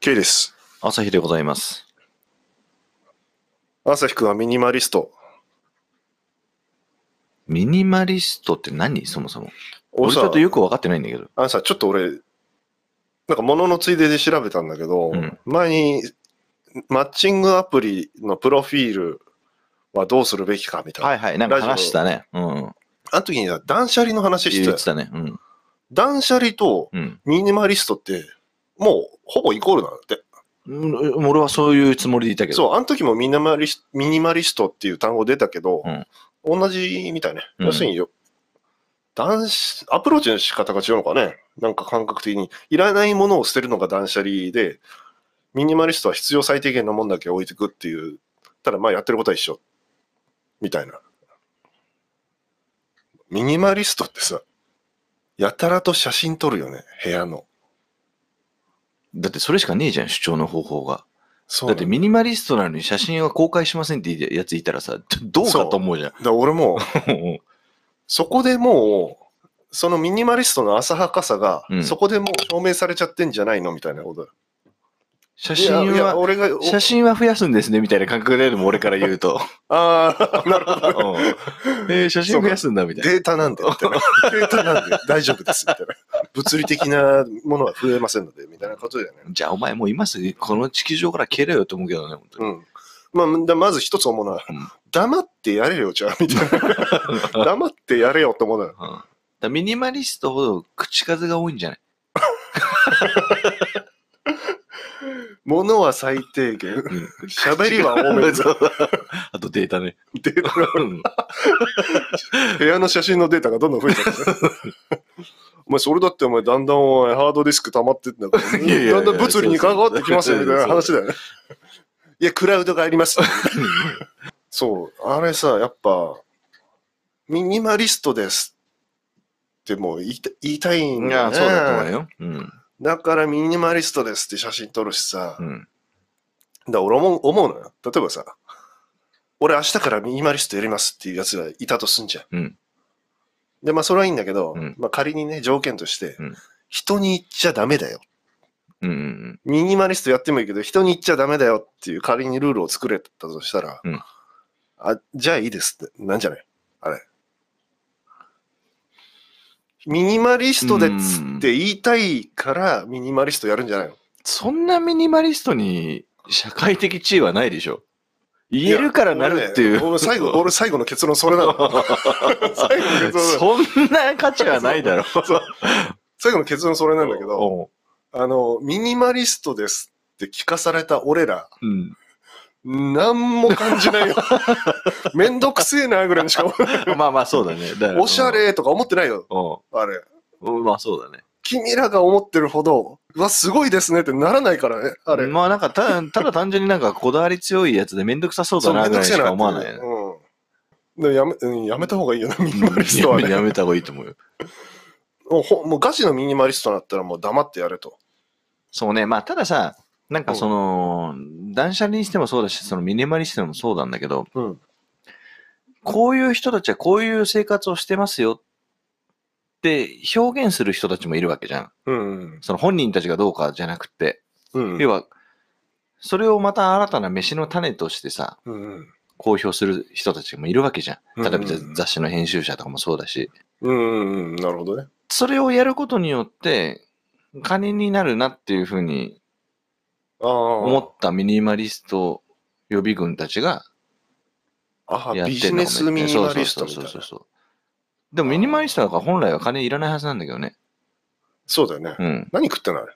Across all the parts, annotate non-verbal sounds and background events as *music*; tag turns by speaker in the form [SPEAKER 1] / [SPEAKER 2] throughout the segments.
[SPEAKER 1] ケイです。
[SPEAKER 2] 朝日でございます。
[SPEAKER 1] 朝日くんはミニマリスト。
[SPEAKER 2] ミニマリストって何そもそも。
[SPEAKER 1] 俺
[SPEAKER 2] 俺ちょ
[SPEAKER 1] さ
[SPEAKER 2] っと、よく分かってないんだけど。
[SPEAKER 1] あのさ、ちょっと俺、なんか物のついでで調べたんだけど、
[SPEAKER 2] うん
[SPEAKER 1] 前にマッチングアプリのプロフィールはどうするべきかみたいな。
[SPEAKER 2] はいはい。なんか
[SPEAKER 1] ラジオ
[SPEAKER 2] 話したね。うん。
[SPEAKER 1] あの時にさ断捨離の話してた
[SPEAKER 2] 言っ
[SPEAKER 1] よ
[SPEAKER 2] てたね。うん。
[SPEAKER 1] 断捨離と
[SPEAKER 2] うん
[SPEAKER 1] ミニマリストって、もうほぼイコールなんだって。
[SPEAKER 2] うん。俺はそういうつもりでいたけど。
[SPEAKER 1] そう、あの時もミニマリスミニマリストっていう単語出たけど、
[SPEAKER 2] うん
[SPEAKER 1] 同じみたいね。
[SPEAKER 2] うん
[SPEAKER 1] 要するによ、断捨アプローチの仕方が違うのかね。なんか感覚的に、いらないものを捨てるのが断捨離で、ミニマリストは必要最低限のもんだけ置いてくっていう、ただまあやってることは一緒。みたいな。ミニマリストってさ、やたらと写真撮るよね、部屋の。
[SPEAKER 2] だってそれしかねえじゃん、主張の方法が。
[SPEAKER 1] そうな
[SPEAKER 2] だっ
[SPEAKER 1] の
[SPEAKER 2] てミニマリストなのに写真は公開しませんって言うやついたらさ、どうかと思うじゃん。
[SPEAKER 1] だから俺も、
[SPEAKER 2] うん
[SPEAKER 1] そこでもう、そのミニマリストの浅はかさが、
[SPEAKER 2] うん
[SPEAKER 1] そこでもう証明されちゃってんじゃないのみたいなことだ。
[SPEAKER 2] 写
[SPEAKER 1] いや
[SPEAKER 2] 真
[SPEAKER 1] いや、
[SPEAKER 2] は、
[SPEAKER 1] 俺が、お
[SPEAKER 2] 写真は増やすんですねみたいな感覚でも俺から言
[SPEAKER 1] *laughs*
[SPEAKER 2] うと。
[SPEAKER 1] ああ、 *laughs* なるほど。
[SPEAKER 2] うんえー写真増やすんだみたいな。
[SPEAKER 1] データなんで、みたい
[SPEAKER 2] *laughs*
[SPEAKER 1] な。データなんで、大丈夫です、みたいな。物理的なものは増えませんので、みたいなことだよね。
[SPEAKER 2] じゃあお前もう今すぐこの地球上から消えろよと思うけどね、本当
[SPEAKER 1] うん。
[SPEAKER 2] に。
[SPEAKER 1] まあ、だまず一つ思うのは、
[SPEAKER 2] うん
[SPEAKER 1] 黙ってやれよ、じゃあ、みたいな。黙ってやれよと思うのよ。
[SPEAKER 2] うんだからミニマリストほど口数が多いんじゃない
[SPEAKER 1] 物は最低限。喋りは多め。
[SPEAKER 2] そう *laughs* あとデータね。
[SPEAKER 1] データが
[SPEAKER 2] うん
[SPEAKER 1] *laughs* 部屋の写真のデータがどんどん増えちゃってる。お前、それだってお前、だんだんお前ハードディスク溜まってんだから、
[SPEAKER 2] いやいやいや
[SPEAKER 1] だんだん物理に関わってきますよ、みたいな話だよね。いや、クラウドがあります。 *laughs* そう、あれさ、やっぱ、ミニマリストですってもう言いた言いたいん
[SPEAKER 2] い
[SPEAKER 1] だよ
[SPEAKER 2] や、
[SPEAKER 1] ね。
[SPEAKER 2] そうだと思うよ。うん。
[SPEAKER 1] だからミニマリストですって写真撮るしさ、
[SPEAKER 2] う
[SPEAKER 1] だか
[SPEAKER 2] ん。
[SPEAKER 1] ら俺も思うのよ。例えばさ、俺明日からミニマリストやりますっていうやつがいたとすんじゃん。
[SPEAKER 2] うん。
[SPEAKER 1] で、まあ、それはいいんだけど、
[SPEAKER 2] うん
[SPEAKER 1] まあ、仮にね、条件として、
[SPEAKER 2] うん
[SPEAKER 1] 人に言っちゃダメだよ。
[SPEAKER 2] うんうん。
[SPEAKER 1] ミニマリストやってもいいけど、人に言っちゃダメだよっていう仮にルールを作れたとしたら、
[SPEAKER 2] うん
[SPEAKER 1] あ、じゃあいいですって、なんじゃないあれ。ミニマリストでっつって言いたいから、ミニマリストやるんじゃないの
[SPEAKER 2] そんなミニマリストに社会的地位はないでしょ。言えるからなるってい
[SPEAKER 1] や俺ね
[SPEAKER 2] う。
[SPEAKER 1] 俺最後、俺最後の結論それなの。最後の結論それ
[SPEAKER 2] *laughs* そんな価値はないだ
[SPEAKER 1] *laughs*
[SPEAKER 2] ろ。
[SPEAKER 1] そう最後の結論それなんだけど、
[SPEAKER 2] ど。
[SPEAKER 1] あの、ミニマリストですって聞かされた俺ら、
[SPEAKER 2] うん。
[SPEAKER 1] なんも感じ
[SPEAKER 2] *laughs*
[SPEAKER 1] ないよ。めんどくせえなぐらいにしか思わない
[SPEAKER 2] まあまあそうだね。だから
[SPEAKER 1] おしゃ。れとか思ってないよ、
[SPEAKER 2] うん
[SPEAKER 1] あれ。
[SPEAKER 2] うん。まあそうだね。
[SPEAKER 1] 君らが思ってるほど、うわ、すごいですねってならないからね、あれ。
[SPEAKER 2] まあなんかただ、ただ単純になんかこだわり強いやつでめんどくさそうだ
[SPEAKER 1] う
[SPEAKER 2] なぐらいしか思わ
[SPEAKER 1] っ
[SPEAKER 2] な
[SPEAKER 1] て
[SPEAKER 2] いね。
[SPEAKER 1] うんでやめうん。やめた方がいいよ
[SPEAKER 2] *laughs*
[SPEAKER 1] な、ミニマリストは
[SPEAKER 2] やめ
[SPEAKER 1] ね。
[SPEAKER 2] やめた方がいいと思うよ。
[SPEAKER 1] もうほもうガチのミニマリストだったらもう黙ってやれと。
[SPEAKER 2] そうね。まあたださ、なんかその、断捨離にしてもそうだし、そのミニマリストにもそうなんだけど、
[SPEAKER 1] うん
[SPEAKER 2] こういう人たちはこういう生活をしてますよって表現する人たちもいるわけじゃん。
[SPEAKER 1] うん。
[SPEAKER 2] その本人たちがどうかじゃなくて。
[SPEAKER 1] うん。
[SPEAKER 2] 要は、それをまた新たな飯の種としてさ、
[SPEAKER 1] うん。
[SPEAKER 2] 公表する人たちもいるわけじゃ
[SPEAKER 1] う
[SPEAKER 2] ん。
[SPEAKER 1] ん
[SPEAKER 2] 例えば雑誌の編集者とかもそうだし。
[SPEAKER 1] うん。うんなるほどね。
[SPEAKER 2] それをやることによって、金になるなっていうふうに
[SPEAKER 1] あ
[SPEAKER 2] 思
[SPEAKER 1] ー
[SPEAKER 2] ったミニマリスト予備軍たちが
[SPEAKER 1] あー、
[SPEAKER 2] やっ
[SPEAKER 1] ビジ
[SPEAKER 2] てんだもんね
[SPEAKER 1] ネスミニマリストみた
[SPEAKER 2] そ
[SPEAKER 1] いうな
[SPEAKER 2] そうそうそう。そうでもミニマリストだから本来は金いらないはずなんだけどね。
[SPEAKER 1] そうだよね。
[SPEAKER 2] うん。
[SPEAKER 1] 何食ってんのあれ。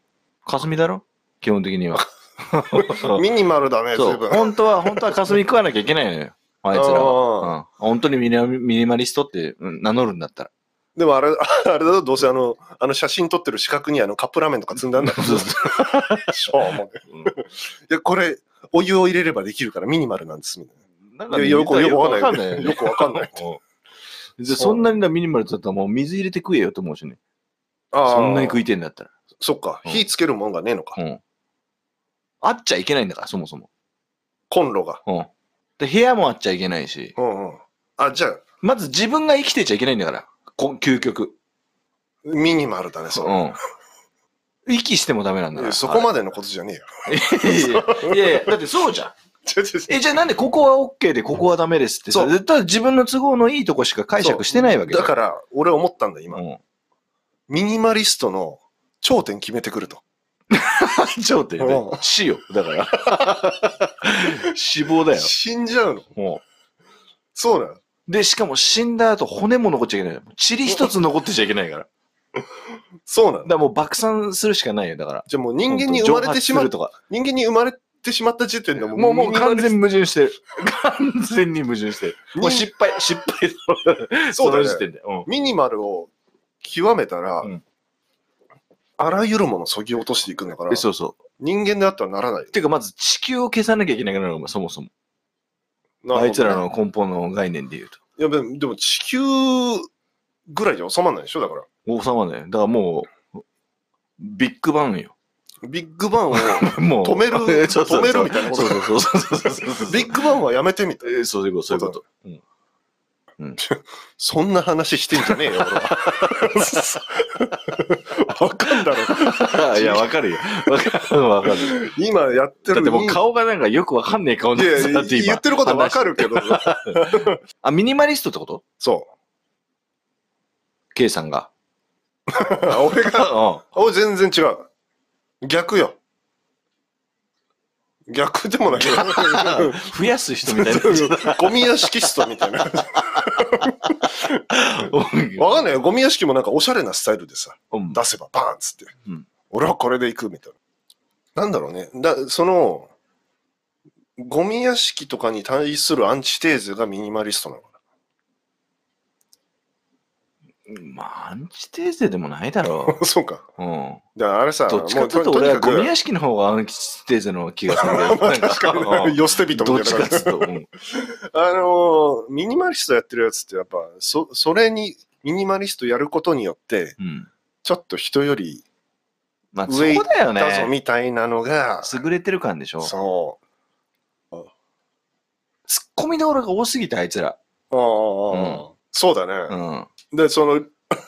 [SPEAKER 2] 霞だろ基本的
[SPEAKER 1] *laughs*
[SPEAKER 2] には。そう
[SPEAKER 1] ミニマルだね、随分。
[SPEAKER 2] 本当は、本当は霞食わなきゃいけないの
[SPEAKER 1] *laughs*
[SPEAKER 2] よ。あいつら
[SPEAKER 1] あ
[SPEAKER 2] は。うん、本当にミニマミニマリストってうん名乗るんだったら。
[SPEAKER 1] でもあれ、 *laughs* あれだとどうせあの、あの写真撮ってる四角にあのカップラーメンとか積んだんだろ
[SPEAKER 2] *laughs* そうそ
[SPEAKER 1] しょうもない。
[SPEAKER 2] うん
[SPEAKER 1] いや、これ、お湯を入れればできるからミニマルなんです、みたい
[SPEAKER 2] なん
[SPEAKER 1] な。
[SPEAKER 2] ね
[SPEAKER 1] いや、よく、よくわかんない。
[SPEAKER 2] よ
[SPEAKER 1] よくわかんない。
[SPEAKER 2] うん *laughs* でそんなになミニマルだったらもう水入れて食えよと思うしね。
[SPEAKER 1] あー
[SPEAKER 2] そんなに食いてんだったら。
[SPEAKER 1] そっか、
[SPEAKER 2] うん
[SPEAKER 1] 火つけるもんがねえのか。
[SPEAKER 2] うん。あっちゃいけないんだから、そもそも。
[SPEAKER 1] コンロが。
[SPEAKER 2] うん。で、部屋もあっちゃいけないし、
[SPEAKER 1] うんうん。あ、じゃあ、
[SPEAKER 2] まず自分が生きてちゃいけないんだから、こ究極。
[SPEAKER 1] ミニマルだね、そうの。
[SPEAKER 2] ん。息してもダメなんだから。
[SPEAKER 1] そこまでのことじゃねえよ。
[SPEAKER 2] で。 *laughs* いやいやいや、だってそうじゃん。
[SPEAKER 1] 違う違う違う
[SPEAKER 2] え、じゃあなんでここは OK でここはダメですって
[SPEAKER 1] そ
[SPEAKER 2] さ、
[SPEAKER 1] う
[SPEAKER 2] 絶対自分の都合のいいとこしか解釈してないわけ、
[SPEAKER 1] だからら、俺思ったんだ、今。
[SPEAKER 2] う
[SPEAKER 1] ミニマリストの頂点決めてくると。
[SPEAKER 2] ん。頂点ね
[SPEAKER 1] うん。
[SPEAKER 2] 死よ。だから。死亡だよ。
[SPEAKER 1] 死んじゃうの。
[SPEAKER 2] も
[SPEAKER 1] そうなの。
[SPEAKER 2] う。で、しかも死んだ後骨も残っちゃいけない。塵一つ残ってちゃいけないから。だか
[SPEAKER 1] そうなの。
[SPEAKER 2] らもう爆散するしかないよ。だから。
[SPEAKER 1] じゃあもう人間に生まれてしま
[SPEAKER 2] ほん
[SPEAKER 1] う。
[SPEAKER 2] と蒸発す
[SPEAKER 1] 人間に生まれてしまった時点で
[SPEAKER 2] る
[SPEAKER 1] も
[SPEAKER 2] とか。もう、もう
[SPEAKER 1] ミニマ
[SPEAKER 2] 完
[SPEAKER 1] リ
[SPEAKER 2] 全に矛盾してる。完全に矛盾してる。もう失敗、失敗
[SPEAKER 1] *laughs* そうだ
[SPEAKER 2] の
[SPEAKER 1] よね
[SPEAKER 2] 時点で。うん。
[SPEAKER 1] ミニマルを極めたら、
[SPEAKER 2] うん
[SPEAKER 1] あらゆるものをそぎ落としていくんだから
[SPEAKER 2] え、、そうそう。
[SPEAKER 1] 人間であってはならないよ。
[SPEAKER 2] ていうか、まず地球を消さなきゃいけなくなるのがそもそも。
[SPEAKER 1] なるほどね
[SPEAKER 2] あいつらの根本の概念で言うと。
[SPEAKER 1] いやでも、でも地球ぐらいじゃ収まらないでしょだから。
[SPEAKER 2] 王様だよ。だからもう、ビッグバンよ。 *laughs*
[SPEAKER 1] ビッグバンを
[SPEAKER 2] もう。
[SPEAKER 1] 止める
[SPEAKER 2] *laughs* そうそ
[SPEAKER 1] 止
[SPEAKER 2] うそう
[SPEAKER 1] めるみたいなこと
[SPEAKER 2] そうそうそうそうそうそうそう。
[SPEAKER 1] ビッグバンはやめてみたいな。
[SPEAKER 2] えーそういうこと、そういうこと。うん
[SPEAKER 1] そんな話してんじゃねえよ、俺
[SPEAKER 2] *laughs*
[SPEAKER 1] は。わかんだろ。
[SPEAKER 2] いや、わかるよ。わか
[SPEAKER 1] *laughs*
[SPEAKER 2] る、わかる。
[SPEAKER 1] 今やってる
[SPEAKER 2] だってもう顔がなんかよくわかんねえ顔
[SPEAKER 1] い
[SPEAKER 2] にな
[SPEAKER 1] や
[SPEAKER 2] っ
[SPEAKER 1] い
[SPEAKER 2] て
[SPEAKER 1] や言
[SPEAKER 2] たって今
[SPEAKER 1] ってることわかるけど。
[SPEAKER 2] あ、ミニマリストってこと
[SPEAKER 1] そう。
[SPEAKER 2] ?K さ
[SPEAKER 1] *laughs*
[SPEAKER 2] んが。
[SPEAKER 1] 俺が、
[SPEAKER 2] うん
[SPEAKER 1] お全然違う。逆よ。逆でもないけ
[SPEAKER 2] *laughs*
[SPEAKER 1] ど。
[SPEAKER 2] 増やす人みたいな。
[SPEAKER 1] ゴミ屋敷ストみたいな。わかんないよ。ゴミ屋敷もなんかおしゃれなスタイルでさ、
[SPEAKER 2] うん
[SPEAKER 1] 出せばバーンっつって。
[SPEAKER 2] うん
[SPEAKER 1] 俺はこれで行くみたいな。なんだろうね。だその、ゴミ屋敷とかに対するアンチテーゼがミニマリストなのか
[SPEAKER 2] まあ、アンチテーゼでもないだろ
[SPEAKER 1] *laughs* な。そうか。
[SPEAKER 2] う。うん。
[SPEAKER 1] だからあれさ、
[SPEAKER 2] どっちかっていうと、
[SPEAKER 1] もと
[SPEAKER 2] 俺
[SPEAKER 1] に
[SPEAKER 2] は
[SPEAKER 1] かく
[SPEAKER 2] ゴミ屋敷の方がアンチテーゼの気がするけど。
[SPEAKER 1] まあ確かにね、
[SPEAKER 2] うん
[SPEAKER 1] 寄捨て人
[SPEAKER 2] どっ
[SPEAKER 1] み *laughs*
[SPEAKER 2] ち
[SPEAKER 1] たい
[SPEAKER 2] か
[SPEAKER 1] な
[SPEAKER 2] っ。つうと。うん
[SPEAKER 1] あのーミニマリストやってるやつってやっぱそそれにミニマリストやることによって
[SPEAKER 2] うん。
[SPEAKER 1] ちょっと人より
[SPEAKER 2] まあ、そ
[SPEAKER 1] 上行
[SPEAKER 2] こだよ
[SPEAKER 1] だぞ
[SPEAKER 2] ね。
[SPEAKER 1] みたいなのが、
[SPEAKER 2] 優れてる感でしょ。
[SPEAKER 1] そ
[SPEAKER 2] ツッコミどころが多すぎて、あいつら。
[SPEAKER 1] うああ、そうだ
[SPEAKER 2] う
[SPEAKER 1] ね、
[SPEAKER 2] ん。
[SPEAKER 1] でその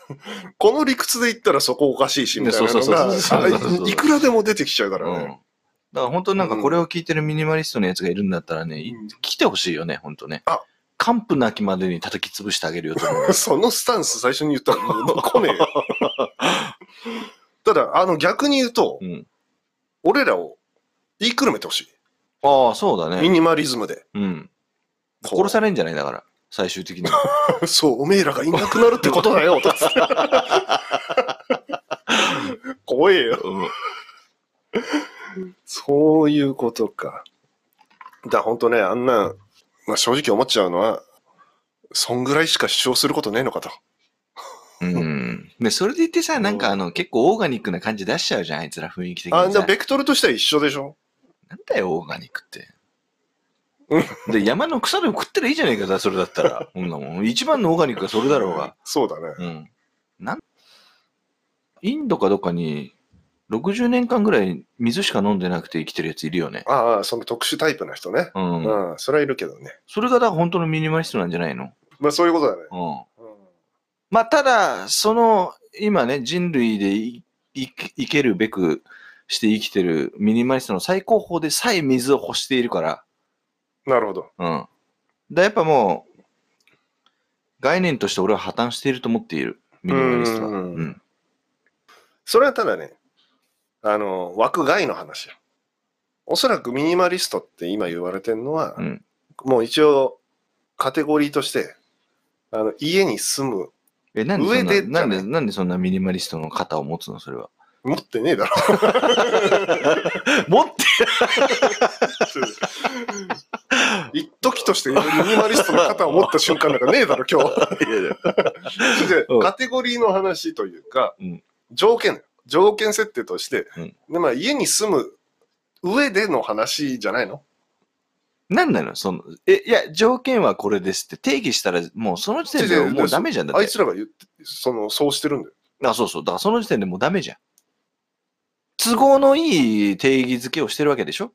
[SPEAKER 1] *laughs* この理屈で言ったらそこおかしいしみたいなの
[SPEAKER 2] そう
[SPEAKER 1] が
[SPEAKER 2] そうそうそうそうそうそう
[SPEAKER 1] あいいくらでも出てきちゃうか
[SPEAKER 2] う
[SPEAKER 1] ら
[SPEAKER 2] ん。
[SPEAKER 1] ね、
[SPEAKER 2] だから本当なんかこれを聞いてるミニマリストのやつがいるんだったらね、い
[SPEAKER 1] うん
[SPEAKER 2] 来てほしいよね、本当ね
[SPEAKER 1] あ。
[SPEAKER 2] 完膚なきまでに叩き潰してあげるよと思う
[SPEAKER 1] そのスタンス最初に言ったらもう来
[SPEAKER 2] *laughs*
[SPEAKER 1] ねえよただあの逆に言うと、
[SPEAKER 2] うん
[SPEAKER 1] 俺らを言いくるめてほしい、
[SPEAKER 2] ああ、そうだ
[SPEAKER 1] ミ
[SPEAKER 2] ね。
[SPEAKER 1] ニマリズムで
[SPEAKER 2] うん。
[SPEAKER 1] こう
[SPEAKER 2] 殺されんじゃないだから、最終的に。
[SPEAKER 1] *laughs* そう、おめえらがいなくなるってことだよ、と怖えよ。
[SPEAKER 2] うん
[SPEAKER 1] そういうことか。だから、ほんとね、あんな、まあ、正直思っちゃうのは、そんぐらいしか主張することねえのかと。
[SPEAKER 2] うん。で、それでいてさ、なんかあの、結構オーガニックな感じ出しちゃうじゃん、あいつら雰囲気的
[SPEAKER 1] あ、
[SPEAKER 2] に
[SPEAKER 1] じゃ
[SPEAKER 2] さ。
[SPEAKER 1] ベクトルとしては一緒でしょ
[SPEAKER 2] なんだよ、オーガニックって
[SPEAKER 1] う。
[SPEAKER 2] で、山の草でも食ったらいいじゃないかだ、それだったら。そんなもん。一番のオーガニックはそれだろうが。
[SPEAKER 1] そうだね。
[SPEAKER 2] うん。なんインドかどっかに、60年間ぐらい水しか飲んでなくて生きてるやついるよね。
[SPEAKER 1] ああ、その特殊タイプな人ね。
[SPEAKER 2] うん。
[SPEAKER 1] うん、それはいるけどね。
[SPEAKER 2] それがだから本当のミニマリストなんじゃないの
[SPEAKER 1] まあ、そういうことだね。
[SPEAKER 2] うん。
[SPEAKER 1] うん
[SPEAKER 2] まあ、ただ、その、今ね、人類でいい生けるべくして生きてるミニマリストの最高峰でさえ水を欲しているから、
[SPEAKER 1] なるほど。
[SPEAKER 2] うん。だやっぱもう、概念として俺は破綻していると思っている、ミニマリストは。
[SPEAKER 1] う
[SPEAKER 2] うんん。
[SPEAKER 1] それはただね、あの、枠外の話よ。おそらくミニマリストって今言われてるのは、
[SPEAKER 2] うん
[SPEAKER 1] もう一応、カテゴリーとして、あの家に住む、
[SPEAKER 2] え、なんでそん
[SPEAKER 1] 上
[SPEAKER 2] な
[SPEAKER 1] でじゃ
[SPEAKER 2] なん
[SPEAKER 1] ない
[SPEAKER 2] で、なんでそんなミニマリストの肩を持つのそれは。
[SPEAKER 1] 持ってねえだ
[SPEAKER 2] *laughs*
[SPEAKER 1] ろ。
[SPEAKER 2] 持って
[SPEAKER 1] 一時としてミニマリストの方を持った瞬間なんかねえだろ、今日。で
[SPEAKER 2] うん
[SPEAKER 1] カテゴリーの話というか、
[SPEAKER 2] うん
[SPEAKER 1] 条件よ、条件設定として、
[SPEAKER 2] うん
[SPEAKER 1] でまあ、家に住む上での話じゃないの
[SPEAKER 2] なんなのその、え、いや、条件はこれですって定義したら、もうその時点で
[SPEAKER 1] 違う違う
[SPEAKER 2] もうダメじゃん。だ
[SPEAKER 1] あ
[SPEAKER 2] っ
[SPEAKER 1] い
[SPEAKER 2] て。
[SPEAKER 1] つらが言って、その、そうしてるんだよ。
[SPEAKER 2] あ、そうそう。だからその時点でもうダメじゃん。都合のいい定義づけをしてるわけでしょ、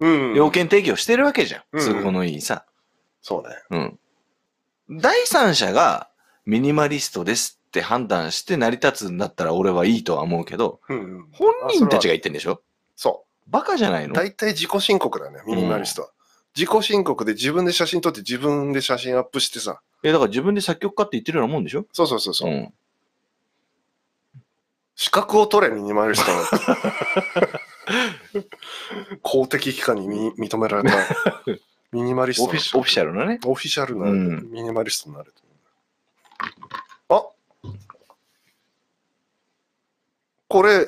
[SPEAKER 1] うん
[SPEAKER 2] 要件定義をしてるわけじゃん。
[SPEAKER 1] うんうん
[SPEAKER 2] 都合のいいさ。
[SPEAKER 1] そうね。
[SPEAKER 2] うん。第三者がミニマリストですって判断して成り立つんだったら俺はいいとは思うけど、
[SPEAKER 1] うんうん、
[SPEAKER 2] 本人たちが言ってんでしょ
[SPEAKER 1] そ。
[SPEAKER 2] バカじゃないうの
[SPEAKER 1] 大体自己申告だね、ミニマリストは。自己申告で自分で写真撮って自分で写真アップしてさ。
[SPEAKER 2] え、だから自分で作曲家って言ってるようなもんでしょ
[SPEAKER 1] そうそうそうそうう。
[SPEAKER 2] ん。
[SPEAKER 1] 資格を取れ、ミニマリストの。
[SPEAKER 2] *laughs*
[SPEAKER 1] 公的機関にみ認められたミニマリスト
[SPEAKER 2] オ
[SPEAKER 1] の
[SPEAKER 2] フィシオフィシャルのね。
[SPEAKER 1] オフィシャルなる、
[SPEAKER 2] うん
[SPEAKER 1] ミニマリストになるとあこれ、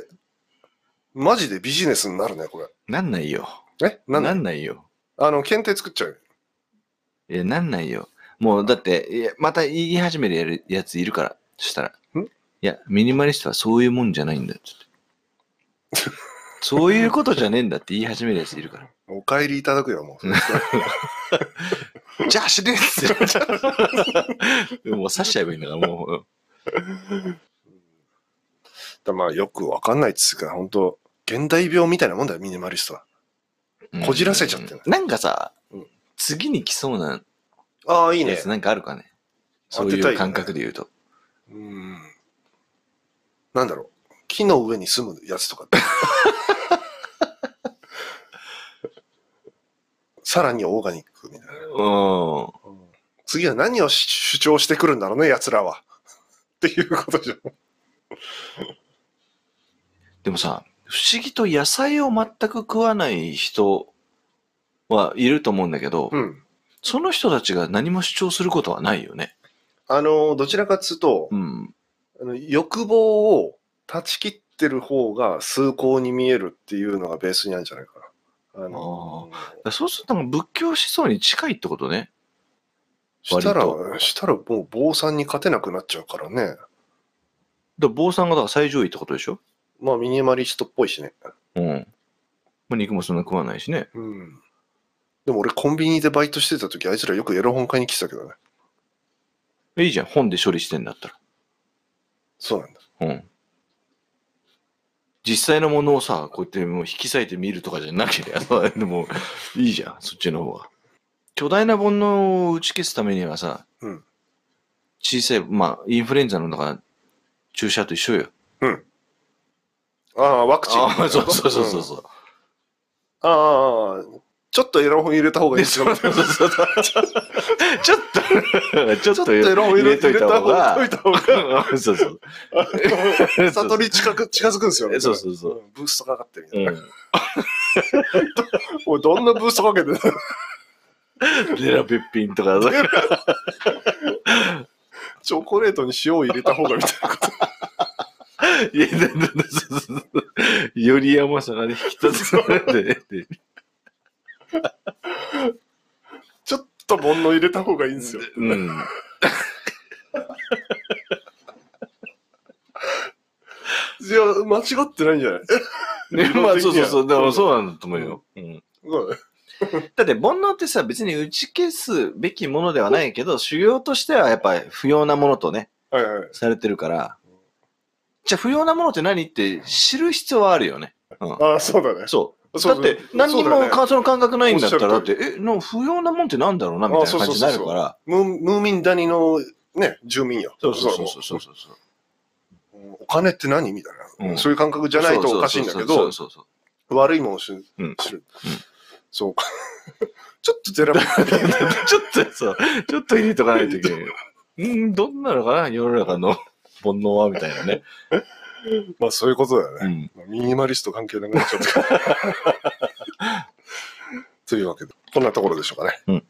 [SPEAKER 1] マジでビジネスになるね、これ。
[SPEAKER 2] なんないよ。
[SPEAKER 1] えなん
[SPEAKER 2] なんないよ。
[SPEAKER 1] あの、検定作っちゃうよ。
[SPEAKER 2] いや、なんないよ。もう、だって、いやまた言い始めるやるやついるから、そしたら。
[SPEAKER 1] ん
[SPEAKER 2] いや、ミニマリストはそういうもんじゃないんだって。
[SPEAKER 1] *laughs*
[SPEAKER 2] そういうことじゃねえんだって言い始めるやついるか
[SPEAKER 1] お帰りいただくよ、もう。
[SPEAKER 2] ら。
[SPEAKER 1] *laughs*
[SPEAKER 2] じゃあ死ねっつって。もう刺しちゃえばいいんだから、も
[SPEAKER 1] *laughs*
[SPEAKER 2] う。
[SPEAKER 1] だまあ、よくわかんないっつうか、本当現代病みたいなもんだよ、ミニマリストは。
[SPEAKER 2] うん
[SPEAKER 1] こじらせちゃってる
[SPEAKER 2] なんかさ
[SPEAKER 1] うん、
[SPEAKER 2] 次に来そうな
[SPEAKER 1] ああ、いい
[SPEAKER 2] や
[SPEAKER 1] ね
[SPEAKER 2] つ。なんかあるかね。
[SPEAKER 1] 当
[SPEAKER 2] そう
[SPEAKER 1] て
[SPEAKER 2] い
[SPEAKER 1] たいよね
[SPEAKER 2] う感覚で言うと。
[SPEAKER 1] うん。なんだろう。木の上に住むやつと *laughs* か。さらにオーガニックみたいな。
[SPEAKER 2] うん。
[SPEAKER 1] 次は何をし主張してくるんだろうね、奴らは。っていうことじゃん。
[SPEAKER 2] でもさ、不思議と野菜を全く食わない人はいると思うんだけど、
[SPEAKER 1] うん。
[SPEAKER 2] その人たちが何も主張することはないよね。
[SPEAKER 1] あの、どちらかっつうと、
[SPEAKER 2] うん。
[SPEAKER 1] あの欲望を断ち切ってる方が崇高に見えるっていうのがベースにあるんじゃないかな。あの、
[SPEAKER 2] そうするとなんか仏教思想に近いってことね。
[SPEAKER 1] したら
[SPEAKER 2] 割、
[SPEAKER 1] したらもう坊さんに勝てなくなっちゃうからね。
[SPEAKER 2] だから坊さんがだから最上位ってことでしょ
[SPEAKER 1] まあ、ミニマリストっぽいしね。
[SPEAKER 2] うん。まあ、肉もそんな食わないしね。
[SPEAKER 1] うん。でも俺コンビニでバイトしてた時あいつらよくエロ本買いに来てたけどね。
[SPEAKER 2] いいじゃん。本で処理してんだった
[SPEAKER 1] そうなんだ。
[SPEAKER 2] ら。うん。実際のものをさ、こうやってもう引き裂いて見るとかじゃなければ、 *laughs* でもいいじゃん。そっちの方が。巨大な煩悩を打ち消すためにはさ、
[SPEAKER 1] うん
[SPEAKER 2] 小さい、まあ、インフルエンザのだから注射と一緒よ。
[SPEAKER 1] ああ、ワクチン。
[SPEAKER 2] ああ、そうそうそうそうんそう。
[SPEAKER 1] ああああ、ちょっとエロ本入れた方がいいですよ。ちょっ
[SPEAKER 2] そうそうそうちょっと、ちょっと
[SPEAKER 1] とエロ本入れ
[SPEAKER 2] といた方が。
[SPEAKER 1] 入れた方が
[SPEAKER 2] そうそう。
[SPEAKER 1] *laughs* 悟り近く近づくんですよね。
[SPEAKER 2] そうそうそうん
[SPEAKER 1] ブーストかかってるみたいな。
[SPEAKER 2] うん。
[SPEAKER 1] おい、どんなブーストかけて
[SPEAKER 2] *laughs*
[SPEAKER 1] る
[SPEAKER 2] レラペッピンとか、
[SPEAKER 1] チョコレートに塩を入れた方がみたいなこと。
[SPEAKER 2] いやだだだそうそうそうより甘さがね、引き立つのでね。
[SPEAKER 1] ちょっと煩悩入れた方がいいんですよ。
[SPEAKER 2] うん。
[SPEAKER 1] いや、間違ってないんじゃない
[SPEAKER 2] ね、まあ、そうそうそう。でもそうなんだと思うよ。うん
[SPEAKER 1] そうだね
[SPEAKER 2] だって、煩悩ってさ、別に打ち消すべきものではないけど、修行としてはやっぱり不要なものとね、
[SPEAKER 1] はいはい。
[SPEAKER 2] されてるから、じゃあ不要なものって何って知る必要はあるよね。うん。
[SPEAKER 1] ああ、そうだね。
[SPEAKER 2] そう。
[SPEAKER 1] そう
[SPEAKER 2] だ
[SPEAKER 1] そ
[SPEAKER 2] っ
[SPEAKER 1] う
[SPEAKER 2] て、何に
[SPEAKER 1] そうだ
[SPEAKER 2] も
[SPEAKER 1] よね
[SPEAKER 2] かその感覚ないんだったら、
[SPEAKER 1] お
[SPEAKER 2] だ
[SPEAKER 1] っ
[SPEAKER 2] っ
[SPEAKER 1] しゃ
[SPEAKER 2] て、え、の不要なもんってなんだろうな、みたい
[SPEAKER 1] あ
[SPEAKER 2] な
[SPEAKER 1] そう
[SPEAKER 2] 感
[SPEAKER 1] そう
[SPEAKER 2] じに
[SPEAKER 1] そうそう
[SPEAKER 2] なるから。
[SPEAKER 1] ムームーミン谷のね、住民よ。
[SPEAKER 2] そうそうそうそうそうそうそう。
[SPEAKER 1] うんお金って何みたいな、
[SPEAKER 2] うん
[SPEAKER 1] そういう感覚じゃないとおかしいんだけ
[SPEAKER 2] そ
[SPEAKER 1] ど
[SPEAKER 2] う、そうそう
[SPEAKER 1] 悪いもんをし
[SPEAKER 2] うん
[SPEAKER 1] 知る
[SPEAKER 2] うん。
[SPEAKER 1] そうか。 *laughs* ちょっとゼラブ
[SPEAKER 2] そうそうそう。ちょっとそう、ちょっと入れとかないといけない。
[SPEAKER 1] *laughs*
[SPEAKER 2] うん、どんなのかな世の中の煩悩は、みたいなね。
[SPEAKER 1] *laughs* まあそういうことだよ
[SPEAKER 2] う
[SPEAKER 1] ね。
[SPEAKER 2] ん。
[SPEAKER 1] ミニマリスト関係な *laughs* くなっちゃった。というわけで、こんなところでしょうかね。